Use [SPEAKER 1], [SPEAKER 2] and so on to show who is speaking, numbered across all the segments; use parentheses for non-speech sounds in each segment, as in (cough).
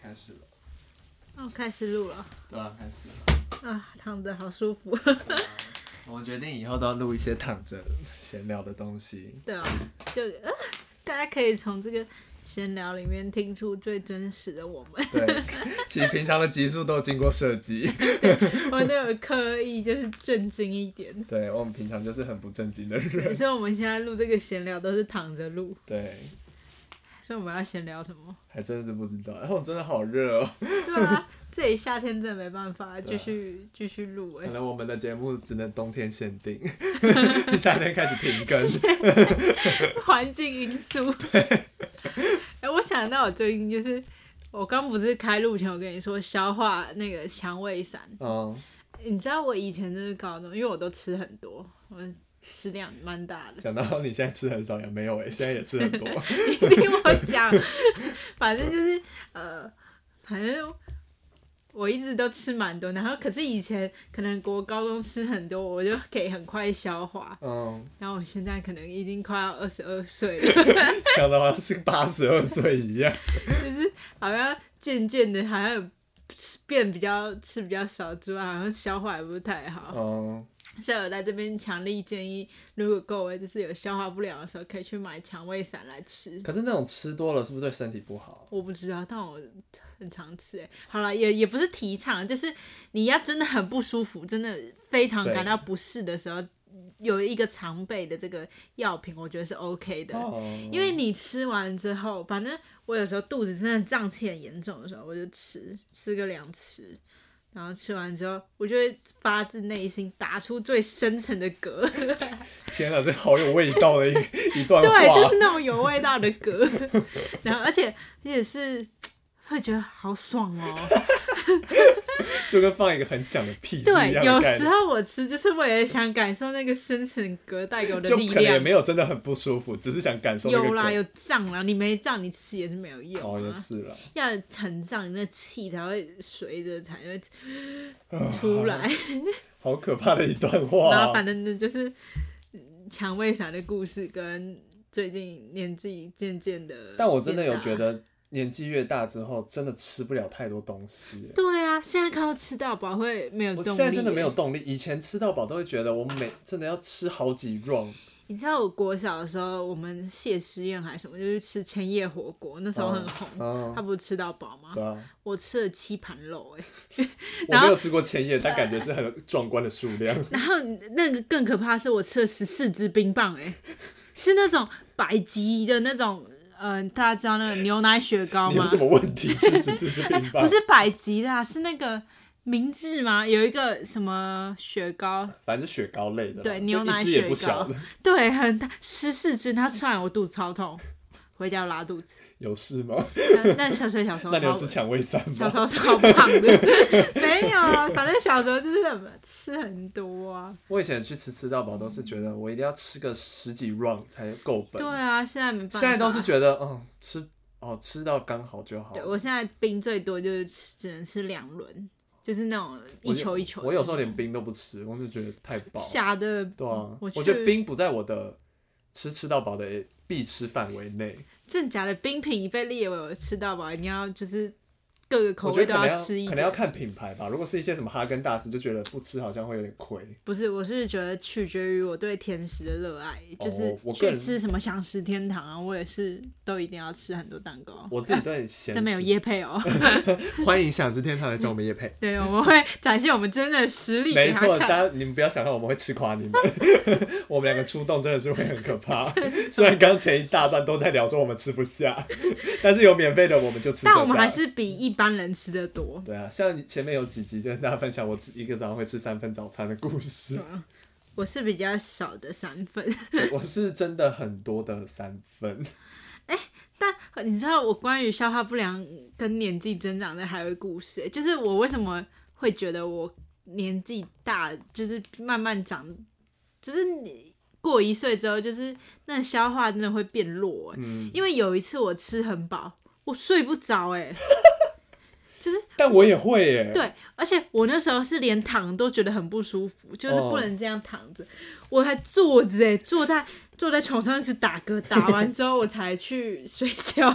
[SPEAKER 1] 开始了，
[SPEAKER 2] 哦，开始录了
[SPEAKER 1] 对啊，开始了。
[SPEAKER 2] 啊，躺着好舒服。 (laughs)
[SPEAKER 1] 我们决定以后都要录一些躺着闲聊的东西。
[SPEAKER 2] 对啊，就、呃、大家可以从这个闲聊里面听出最真实的我们。 (laughs)
[SPEAKER 1] 对， (laughs) 其实平常的集数都有经过设计。
[SPEAKER 2] 我们都有刻意就是震惊
[SPEAKER 1] (laughs)
[SPEAKER 2] 一点，
[SPEAKER 1] 对我们平常就是很不正经的
[SPEAKER 2] 对
[SPEAKER 1] 人。
[SPEAKER 2] 所以我们现在录这个闲聊都是躺着录。
[SPEAKER 1] 对，
[SPEAKER 2] 所以我们要闲聊什么？ (laughs)
[SPEAKER 1] 还真是不知道。然、后真的好热哦，
[SPEAKER 2] 对啊，这里夏天真的没办法
[SPEAKER 1] 对啊
[SPEAKER 2] 继续继续录哎、
[SPEAKER 1] 可能我们的节目只能冬天限定， (laughs) 夏天开始停更。
[SPEAKER 2] 欸 (laughs) 环境因素。
[SPEAKER 1] (laughs)
[SPEAKER 2] 哎、 (laughs) 我想到我最近就是，我刚不是开录前我跟你说消化那个蔷薇散。
[SPEAKER 1] 嗯，
[SPEAKER 2] 你知道我以前就是高中，因为我都吃很多，我食量蛮大
[SPEAKER 1] (laughs)
[SPEAKER 2] 的。
[SPEAKER 1] 讲到你现在吃很少也没有诶，现在也吃很多。
[SPEAKER 2] 你听我讲，反正就是呃，反正我一直都吃蛮多，然后可是以前可能国高中吃很多，我就可以很快消化。
[SPEAKER 1] 嗯，
[SPEAKER 2] 然后我现在可能已经快要二十二岁了， (laughs)
[SPEAKER 1] 讲的好像是八十二岁一样。
[SPEAKER 2] 就是好像渐渐的好像有变比较吃比较少之外，好像消化也不太好。
[SPEAKER 1] 嗯，
[SPEAKER 2] (laughs) 所以我在这边强力建议，如果各位就是有消化不良的时候，可以去买蔷薇散来吃。
[SPEAKER 1] 可是那种吃多了是不是对身体不好？
[SPEAKER 2] 我不知道，但我很常吃、欸。好了，也也不是提倡，就是你要真的很不舒服，真的非常
[SPEAKER 1] 对
[SPEAKER 2] 感到不适的时候，有一个常备的这个药品，我觉得是 OK 的。
[SPEAKER 1] 哦，
[SPEAKER 2] 因为你吃完之后，反正我有时候肚子真的胀气很严重的时候，我就吃吃个两吃，然后吃完之后，我就会发自内心打出最深层的嗝，
[SPEAKER 1] 天啊，这好有味道的一一段话。
[SPEAKER 2] (laughs) 对，就是那种有味道的嗝， (laughs) 然后而且也是会觉得好
[SPEAKER 1] (laughs)
[SPEAKER 2] 爽哦。
[SPEAKER 1] 就跟放一个很响的屁是
[SPEAKER 2] 对
[SPEAKER 1] 一，样的
[SPEAKER 2] 有
[SPEAKER 1] 概
[SPEAKER 2] 时
[SPEAKER 1] 念，
[SPEAKER 2] 候我吃就是为了想感受那个深层嗝带给我的
[SPEAKER 1] 就
[SPEAKER 2] 力
[SPEAKER 1] 可能也
[SPEAKER 2] 量
[SPEAKER 1] 没。有真的很不舒服，只是想感受那个
[SPEAKER 2] 有啦，
[SPEAKER 1] 梗
[SPEAKER 2] 有胀啦，你没胀，你吃也是没有用、啊。
[SPEAKER 1] 哦也是啦，
[SPEAKER 2] 要膨胀，你那气才会随着才会
[SPEAKER 1] 哦
[SPEAKER 2] 出来。
[SPEAKER 1] (laughs) 好可怕的一段
[SPEAKER 2] 然
[SPEAKER 1] 话
[SPEAKER 2] 后
[SPEAKER 1] 哦。
[SPEAKER 2] 反正呢，就是嗯蔷薇伞的故事跟最近年纪渐渐的，
[SPEAKER 1] 但我真的有觉。得年纪越大之后，真的吃不了太多东西。
[SPEAKER 2] 对啊，现在看到吃到饱会没有
[SPEAKER 1] 我
[SPEAKER 2] 动力。
[SPEAKER 1] 现在真的没有。动力，以前吃到饱都会觉得我每真的要吃好几 round，
[SPEAKER 2] 你知道我国小的时候，我们谢师宴还是什么，就去吃千叶火锅，那时候很红。
[SPEAKER 1] 嗯
[SPEAKER 2] 他不是吃到饱吗？
[SPEAKER 1] 对啊，
[SPEAKER 2] 我吃了七盘肉、哎，
[SPEAKER 1] 我没有吃过千叶，但感觉是很壮观的数
[SPEAKER 2] (laughs)
[SPEAKER 1] 量。
[SPEAKER 2] 然后那个更可怕的是，我吃了十四支冰棒、哎，是那种百吉的那种，嗯、大家知道那个牛奶雪糕
[SPEAKER 1] 你有
[SPEAKER 2] 吗？
[SPEAKER 1] 什么问题？吃十四支冰棒
[SPEAKER 2] 不，是百吉啦，是那个明治吗？有一个什么雪糕，
[SPEAKER 1] 反正雪糕类的啦，
[SPEAKER 2] 对
[SPEAKER 1] 就
[SPEAKER 2] 牛奶
[SPEAKER 1] 一支也不
[SPEAKER 2] 雪糕
[SPEAKER 1] 小的，
[SPEAKER 2] 对，很大，十四支，它吃完我肚子超痛，回家我拉肚子。
[SPEAKER 1] (laughs) 有事
[SPEAKER 2] (laughs)
[SPEAKER 1] 吗？
[SPEAKER 2] 那那小水小时候
[SPEAKER 1] 那你有
[SPEAKER 2] 超
[SPEAKER 1] 吃蔷薇散
[SPEAKER 2] (laughs) 小
[SPEAKER 1] 吗
[SPEAKER 2] 时？候超胖 (laughs) 的，没有啊，反正小时候就是很吃很多啊。
[SPEAKER 1] 我以前去吃吃到饱都是觉得我一定要吃个十几 round 才够本，
[SPEAKER 2] 对啊，现在没办法。
[SPEAKER 1] 现在都是觉得嗯吃哦吃到刚好就好
[SPEAKER 2] 对。我现在冰最多就是吃只能吃两轮，就是那种一
[SPEAKER 1] 我就
[SPEAKER 2] 球一球的。
[SPEAKER 1] 我有时候连冰都不吃，我就觉得太饱。
[SPEAKER 2] 假的，
[SPEAKER 1] 对啊，
[SPEAKER 2] 我
[SPEAKER 1] 我觉
[SPEAKER 2] 去
[SPEAKER 1] 得冰不在我的吃吃到饱的必吃范围内，
[SPEAKER 2] 真的假的冰品被列为我吃到饱，你要就是各个口
[SPEAKER 1] 我
[SPEAKER 2] 味
[SPEAKER 1] 觉
[SPEAKER 2] 都
[SPEAKER 1] 得可能
[SPEAKER 2] 吃一
[SPEAKER 1] 可能要
[SPEAKER 2] 点。
[SPEAKER 1] 看品牌吧。如果是一些什么哈根达斯，就觉得不吃好像会有点亏。
[SPEAKER 2] 不是，我是觉得取决于我对甜食的热爱，
[SPEAKER 1] 哦
[SPEAKER 2] 就是
[SPEAKER 1] 我个
[SPEAKER 2] 去
[SPEAKER 1] 人
[SPEAKER 2] 吃什么享食天堂啊，我也是都一定要吃很多蛋糕。
[SPEAKER 1] 我自己对咸
[SPEAKER 2] 真没有
[SPEAKER 1] 食
[SPEAKER 2] 夜配嗯哦，
[SPEAKER 1] 欢迎享食天堂来找我们叶配。
[SPEAKER 2] 对，我们会展现我们真的实力给
[SPEAKER 1] 没
[SPEAKER 2] 他
[SPEAKER 1] 错，
[SPEAKER 2] 看。
[SPEAKER 1] 大家你们不要想到我们会吃垮
[SPEAKER 2] (laughs)
[SPEAKER 1] 你们，我们两个出动真的是会很可怕。虽然刚前一大段都在聊说我们吃不
[SPEAKER 2] (laughs)
[SPEAKER 1] 下，但是有免费的我们就吃得下。
[SPEAKER 2] 但我们还是比一般人吃的多。
[SPEAKER 1] 对啊，像你前面有几集就跟大家分享我吃一个早上会吃三份早餐的故事，
[SPEAKER 2] 我是比较少的三份，
[SPEAKER 1] 我是真的很多的三份。
[SPEAKER 2] 但你知道我关于消化不良跟年纪增长的还有一个故事、欸就是我为什么会觉得我年纪大，就是慢慢长，就是你过一岁之后，就是那消化真的会变弱、欸
[SPEAKER 1] 嗯
[SPEAKER 2] 因为有一次我吃很饱，我睡不着，哎，
[SPEAKER 1] 但我也会耶，
[SPEAKER 2] 对，而且我那时候是连躺都觉得很不舒服，就是
[SPEAKER 1] 哦
[SPEAKER 2] 不能这样躺着，我还坐着，哎，坐在坐在床上一直打嗝，打完之后我才去睡觉。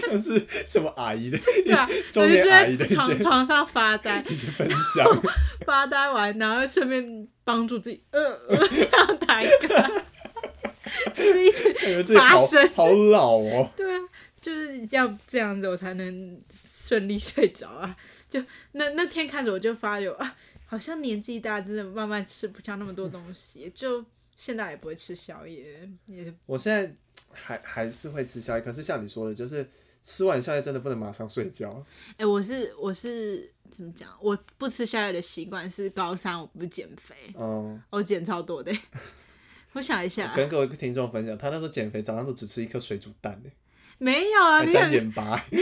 [SPEAKER 1] 像是什么阿姨的
[SPEAKER 2] (laughs) 对
[SPEAKER 1] (laughs)
[SPEAKER 2] 啊，我
[SPEAKER 1] 中
[SPEAKER 2] 就
[SPEAKER 1] 年阿姨的
[SPEAKER 2] 在
[SPEAKER 1] 一
[SPEAKER 2] 床
[SPEAKER 1] 些
[SPEAKER 2] 床上发呆，
[SPEAKER 1] 一些分
[SPEAKER 2] (laughs)
[SPEAKER 1] 享。
[SPEAKER 2] 发呆完，然后顺便帮助自己，呃， (laughs) 呃这样抬
[SPEAKER 1] (laughs)
[SPEAKER 2] 杠， (laughs) 就是一直
[SPEAKER 1] 感觉自己好
[SPEAKER 2] 发声
[SPEAKER 1] 好老哦。
[SPEAKER 2] (laughs) 对啊，就是要这样子我才能顺利睡着啊。就那那天开始我就发有啊，好像年纪大，真的慢慢吃不下那么多东西，就现在也不会吃宵夜，也是
[SPEAKER 1] 我现在还还是会吃宵夜，可是像你说的，就是吃完宵夜真的不能马上睡觉。
[SPEAKER 2] 哎、我是我是怎么讲？我不吃宵夜的习惯是高三，我不是减肥，
[SPEAKER 1] 嗯，
[SPEAKER 2] 我减超多的。 (laughs) 我想一下，
[SPEAKER 1] 跟各位听众分享，他那时候减肥，早上都只吃一颗水煮蛋，欸
[SPEAKER 2] 没有啊，
[SPEAKER 1] 还
[SPEAKER 2] 你
[SPEAKER 1] 沾
[SPEAKER 2] 很
[SPEAKER 1] 盐巴，
[SPEAKER 2] (laughs)
[SPEAKER 1] (laughs)
[SPEAKER 2] 你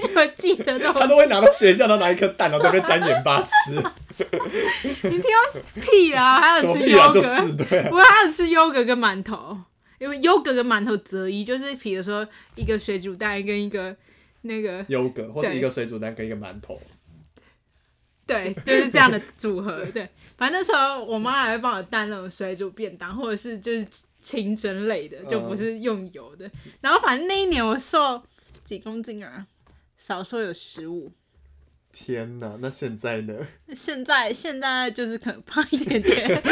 [SPEAKER 2] 怎么记得到？
[SPEAKER 1] 他都会拿到学校，然后拿一颗蛋，然后在那边沾盐巴
[SPEAKER 2] (laughs)
[SPEAKER 1] 吃，
[SPEAKER 2] 你挑屁啊，还
[SPEAKER 1] 什
[SPEAKER 2] 有
[SPEAKER 1] 么
[SPEAKER 2] 吃
[SPEAKER 1] 屁啊，
[SPEAKER 2] 优
[SPEAKER 1] 就
[SPEAKER 2] 格，
[SPEAKER 1] 是对
[SPEAKER 2] (laughs)
[SPEAKER 1] 啊。
[SPEAKER 2] 我还有吃优格跟馒头，因为优格跟馒头择一，就是比如说一个水煮蛋跟一个那个，
[SPEAKER 1] 优格或是
[SPEAKER 2] 对
[SPEAKER 1] 一个水煮蛋跟一个馒头，
[SPEAKER 2] 对，就是这样的组合。对，反正那时候我妈还会帮我带那种水煮便当，或者是就是清蒸类的，就不是用油的。然后反正那一年我瘦几公斤啊，少说有十五。
[SPEAKER 1] 天哪！那现在呢？
[SPEAKER 2] 现在现在就是可能胖一点点，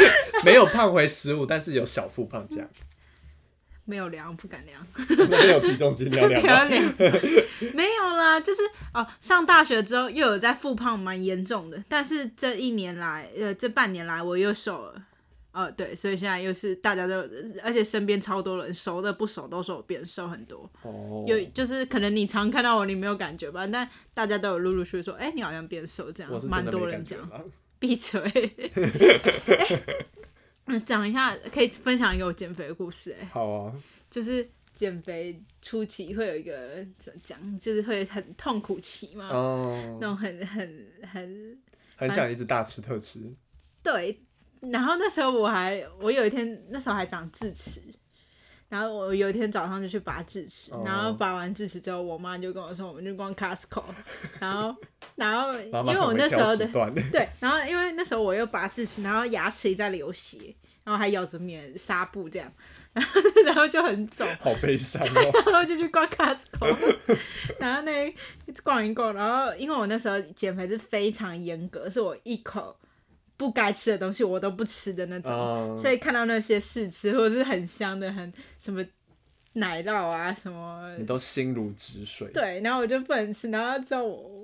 [SPEAKER 1] 没有胖回十五，但是有小腹胖这 (laughs) 样。
[SPEAKER 2] 没有量不敢量。
[SPEAKER 1] 那有体重斤两两
[SPEAKER 2] (laughs) 不要
[SPEAKER 1] 吗？
[SPEAKER 2] 脸，没有啦，就是哦，上大学之后又有在复胖，蛮严重的。但是这一年来，呃，这半年来我又瘦了。哦，对，所以现在又是大家都，呃而且身边超多人，熟的不熟都说我变瘦很多。
[SPEAKER 1] 哦，
[SPEAKER 2] 有就是可能你常看到我，你没有感觉吧？但大家都有陆陆续续说，哎、你好像变瘦这
[SPEAKER 1] 我是真
[SPEAKER 2] 样，蛮
[SPEAKER 1] 的
[SPEAKER 2] 多
[SPEAKER 1] 没
[SPEAKER 2] 人
[SPEAKER 1] 感觉
[SPEAKER 2] 讲。 (laughs)
[SPEAKER 1] 了。
[SPEAKER 2] 闭嘴！
[SPEAKER 1] (laughs)
[SPEAKER 2] 哎讲、一下，可以分享一个我减肥的故事、哎。
[SPEAKER 1] 好啊，
[SPEAKER 2] 就是减肥初期会有一个怎么讲，就是会很痛苦期嘛，
[SPEAKER 1] 哦，
[SPEAKER 2] 那种很很很
[SPEAKER 1] 很想一直大吃特吃。
[SPEAKER 2] 对。然后那时候我还，我有一天那时候还长智齿，然后我有一天早上就去拔智齿，
[SPEAKER 1] 哦
[SPEAKER 2] 然后拔完智齿之后，我妈就跟我说，我们就
[SPEAKER 1] (laughs)
[SPEAKER 2] 逛 Costco，然后然后
[SPEAKER 1] 妈
[SPEAKER 2] 因
[SPEAKER 1] 妈
[SPEAKER 2] 为
[SPEAKER 1] 很
[SPEAKER 2] 我
[SPEAKER 1] 会
[SPEAKER 2] 那时
[SPEAKER 1] 挑
[SPEAKER 2] 候
[SPEAKER 1] 时
[SPEAKER 2] 的
[SPEAKER 1] 段，
[SPEAKER 2] (laughs) 对，然后因为那时候我又拔智齿，然后牙齿也在流血，然后还咬着棉纱布这样， (laughs) 然后就很肿，
[SPEAKER 1] 好悲伤
[SPEAKER 2] (laughs)
[SPEAKER 1] 哦。
[SPEAKER 2] 然后就去逛 Costco，然后 (laughs) 呢逛一逛，然后因为我那时候减肥是非常严格，是我一口不该吃的东西我都不吃的那种，
[SPEAKER 1] 嗯
[SPEAKER 2] 所以看到那些试吃或者是很香的、很什么奶酪啊什么，
[SPEAKER 1] 你都心如止水。
[SPEAKER 2] 对，然后我就不能吃，然后之后我。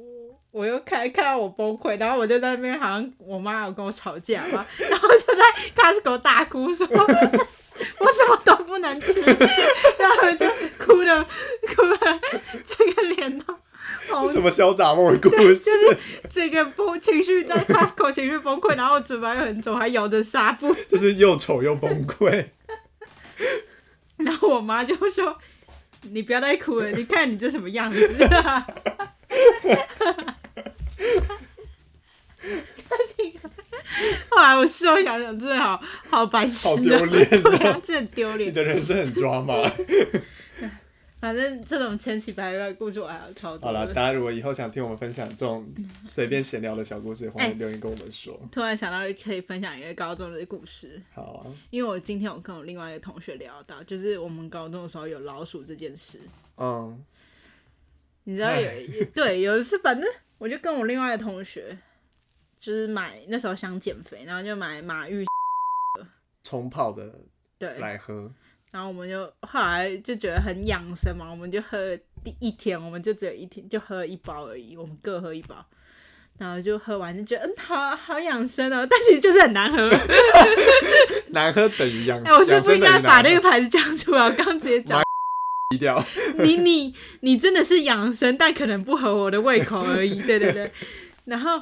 [SPEAKER 2] 我又看看到我崩溃，然后我就在那边好像我妈有跟我吵架吧，然后就在 Costco 大哭说， (laughs) 我什么都不能吃， (laughs) 然后我就哭的哭的这个脸都红
[SPEAKER 1] (laughs) 什么潇洒梦的故事？
[SPEAKER 2] 整个崩情绪在 Costco 情绪崩溃，然后嘴巴又很肿，还咬着纱布，
[SPEAKER 1] (laughs) 就是又丑又崩
[SPEAKER 2] (laughs)
[SPEAKER 1] 溃。
[SPEAKER 2] 然后我妈就说：“你不要再哭了，你看你这什么样子、 (laughs) 啊。”这是一个后来我事后想想，真的好好白痴、啊，
[SPEAKER 1] 好丢脸哦
[SPEAKER 2] 对 (laughs) 啊，真的很丢
[SPEAKER 1] 你
[SPEAKER 2] 脸。
[SPEAKER 1] 的人生很抓
[SPEAKER 2] (laughs)
[SPEAKER 1] 马。
[SPEAKER 2] 反正这种千奇百怪的故事我还有超多
[SPEAKER 1] 好了，
[SPEAKER 2] 的。
[SPEAKER 1] 大家如果以后想听我们分享这种随便闲聊的小故
[SPEAKER 2] 嗯
[SPEAKER 1] 事，欢迎留言跟我们说。
[SPEAKER 2] 突然想到可以分享一个高中的故事，
[SPEAKER 1] 好啊，
[SPEAKER 2] 因为我今天我跟我另外一个同学聊到，就是我们高中的时候有老鼠这件事。
[SPEAKER 1] 嗯，
[SPEAKER 2] 你知道有
[SPEAKER 1] 哎
[SPEAKER 2] 有对有一次，反正我就跟我另外的同学，就是买那时候想减肥，然后就买马玉
[SPEAKER 1] 冲泡的
[SPEAKER 2] 对，
[SPEAKER 1] 来喝，
[SPEAKER 2] 然后我们就后来就觉得很养生嘛，我们就喝第一天，我们就只有一天就喝一包而已，我们各喝一包。然后就喝完就觉得嗯好好养生哦，但其实就是很
[SPEAKER 1] (laughs)
[SPEAKER 2] 难喝。哎、
[SPEAKER 1] 难喝等于养。
[SPEAKER 2] 我是
[SPEAKER 1] 养
[SPEAKER 2] 不
[SPEAKER 1] 生
[SPEAKER 2] 应
[SPEAKER 1] 等于
[SPEAKER 2] 该把
[SPEAKER 1] 难喝
[SPEAKER 2] 那个牌子讲出来，我刚刚直接讲。
[SPEAKER 1] 低调。 (laughs)
[SPEAKER 2] (laughs) 你你你真的是养生，但可能不合我的胃口而已。对对对，然后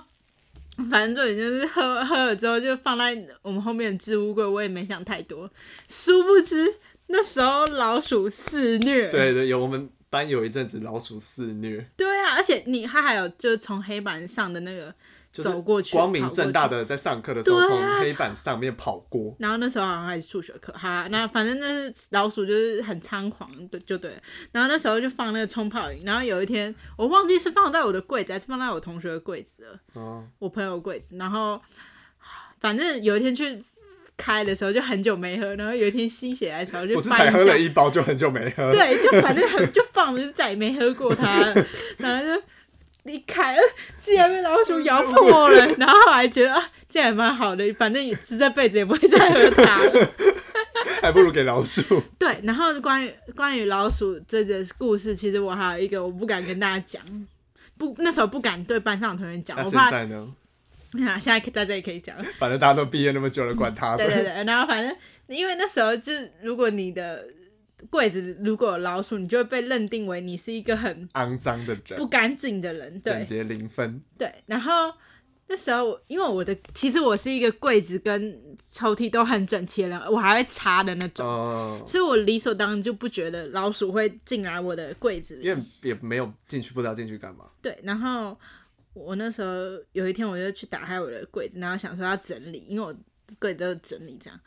[SPEAKER 2] 反正重点就是喝喝了之后就放在我们后面的置物柜，我也没想太多。殊不知那时候老鼠肆虐，
[SPEAKER 1] 对对，有我们班有一阵子老鼠肆虐，
[SPEAKER 2] 对啊，而且你它还有就是从黑板上的那个
[SPEAKER 1] 就是
[SPEAKER 2] 走过去，
[SPEAKER 1] 光明正大
[SPEAKER 2] 跑过去。
[SPEAKER 1] 的在上课的时候
[SPEAKER 2] 对
[SPEAKER 1] 从
[SPEAKER 2] 啊
[SPEAKER 1] 黑板上面跑过。
[SPEAKER 2] 然后那时候好像还是数学课，哈，那反正那是老鼠就是很猖狂，对，就对了。然后那时候就放那个冲泡饮，然后有一天我忘记是放在我的柜子还是放在我同学的柜子了，
[SPEAKER 1] 嗯，
[SPEAKER 2] 我朋友的柜子，然后反正有一天去开的时候就很久没喝，然后有一天心血来潮就
[SPEAKER 1] 不是
[SPEAKER 2] 翻
[SPEAKER 1] 才
[SPEAKER 2] 一
[SPEAKER 1] 喝
[SPEAKER 2] 下
[SPEAKER 1] 了一包就很久没喝，
[SPEAKER 2] 对，就反正很就放着，就再也没喝过它了。然后就一看，呃竟然被老鼠咬破了，然后还觉得啊，这样也蛮好的，反正也这辈子也不会再喝它了。
[SPEAKER 1] 还不如给老
[SPEAKER 2] (laughs)
[SPEAKER 1] 鼠。
[SPEAKER 2] 对，然后关于关于老鼠这个故事，其实我还有一个我不敢跟大家讲。不，那时候不敢对班上的同学讲，
[SPEAKER 1] 那
[SPEAKER 2] 我
[SPEAKER 1] 现
[SPEAKER 2] 怕。
[SPEAKER 1] 在呢？
[SPEAKER 2] 啊，现在可以大家也可以讲。
[SPEAKER 1] 反正大家都毕业那么久了，管他
[SPEAKER 2] 对对
[SPEAKER 1] (laughs) 们。
[SPEAKER 2] 对，然后反正因为那时候就是，如果你的柜子如果有老鼠，你就会被认定为你是一个很
[SPEAKER 1] 肮脏的人，
[SPEAKER 2] 不干净的人。对
[SPEAKER 1] 整，洁零分。
[SPEAKER 2] 对，然后那时候我因为我的其实我是一个柜子跟抽屉都很整齐的人，我还会擦的那种，
[SPEAKER 1] 哦，
[SPEAKER 2] 所以我理所当然就不觉得老鼠会进来我的柜子里。
[SPEAKER 1] 因为也没有进去，不知道进去干嘛。 (laughs)
[SPEAKER 2] 对，然后我那时候有一天我就去打开我的柜子，然后想说要整理，因为我柜子都有整理这样。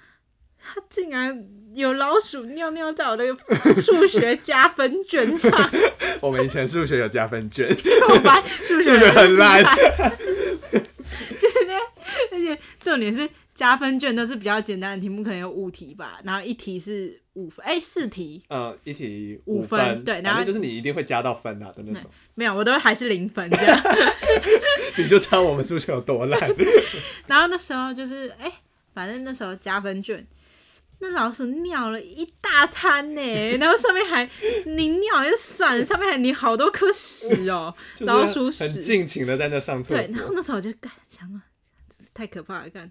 [SPEAKER 2] 它竟然有老鼠尿尿在我那个数学加分卷上， (laughs)
[SPEAKER 1] 我们以前数学有加分卷， (laughs)
[SPEAKER 2] 我把数学
[SPEAKER 1] 数学很烂
[SPEAKER 2] 厉害 (laughs) 就是呢，而且重点是加分卷都是比较简单的题目，可能有五题吧，然后一题是五分，哎、四题
[SPEAKER 1] 呃，一题
[SPEAKER 2] 五分
[SPEAKER 1] 分，
[SPEAKER 2] 对然
[SPEAKER 1] 反
[SPEAKER 2] 后
[SPEAKER 1] 正就是你一定会加到分啊的那种，
[SPEAKER 2] 没有，我都还是零分这样。
[SPEAKER 1] 你就知道我们数学有多
[SPEAKER 2] (laughs)
[SPEAKER 1] 烂。
[SPEAKER 2] 然后那时候就是，哎、反正那时候加分卷，那老鼠尿了一大滩呢、 (laughs) 然后上面还你尿也就算了，上面还你好多颗屎哦、
[SPEAKER 1] (laughs) 就是
[SPEAKER 2] 老鼠
[SPEAKER 1] 很
[SPEAKER 2] 屎，
[SPEAKER 1] 尽情的在那上厕
[SPEAKER 2] 对。然后
[SPEAKER 1] 所，
[SPEAKER 2] 那时候我就干想说，真是太可怕了，干。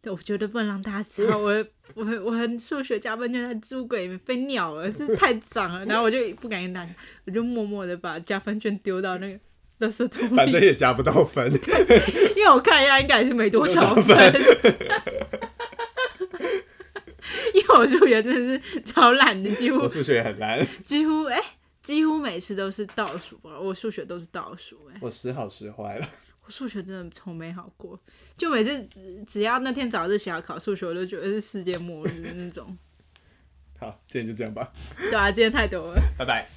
[SPEAKER 2] 对，我绝对不能让大家知道我 (laughs) 的我的我的数学加分卷在猪柜里面被尿了，真是太脏了。然后我就不敢跟大家讲，我就默默的把加分卷丢到那个垃圾桶
[SPEAKER 1] 反
[SPEAKER 2] 里
[SPEAKER 1] 正，也加不到
[SPEAKER 2] (laughs)
[SPEAKER 1] 分。
[SPEAKER 2] 因为我看一下应该也是没多少
[SPEAKER 1] 多
[SPEAKER 2] 分， (laughs) 因为我数学真的是超烂的，几乎
[SPEAKER 1] 我数学也很烂，
[SPEAKER 2] 几乎哎、几乎每次都是倒数吧，我数学都是倒数哎、
[SPEAKER 1] 我时好时坏了。
[SPEAKER 2] 我数学真的从没好过，就每次只要那天早自习要考数学，我都觉得是世界末日的那种。
[SPEAKER 1] 好，今天就这样吧，
[SPEAKER 2] 对啊，今天太多了。
[SPEAKER 1] 拜拜。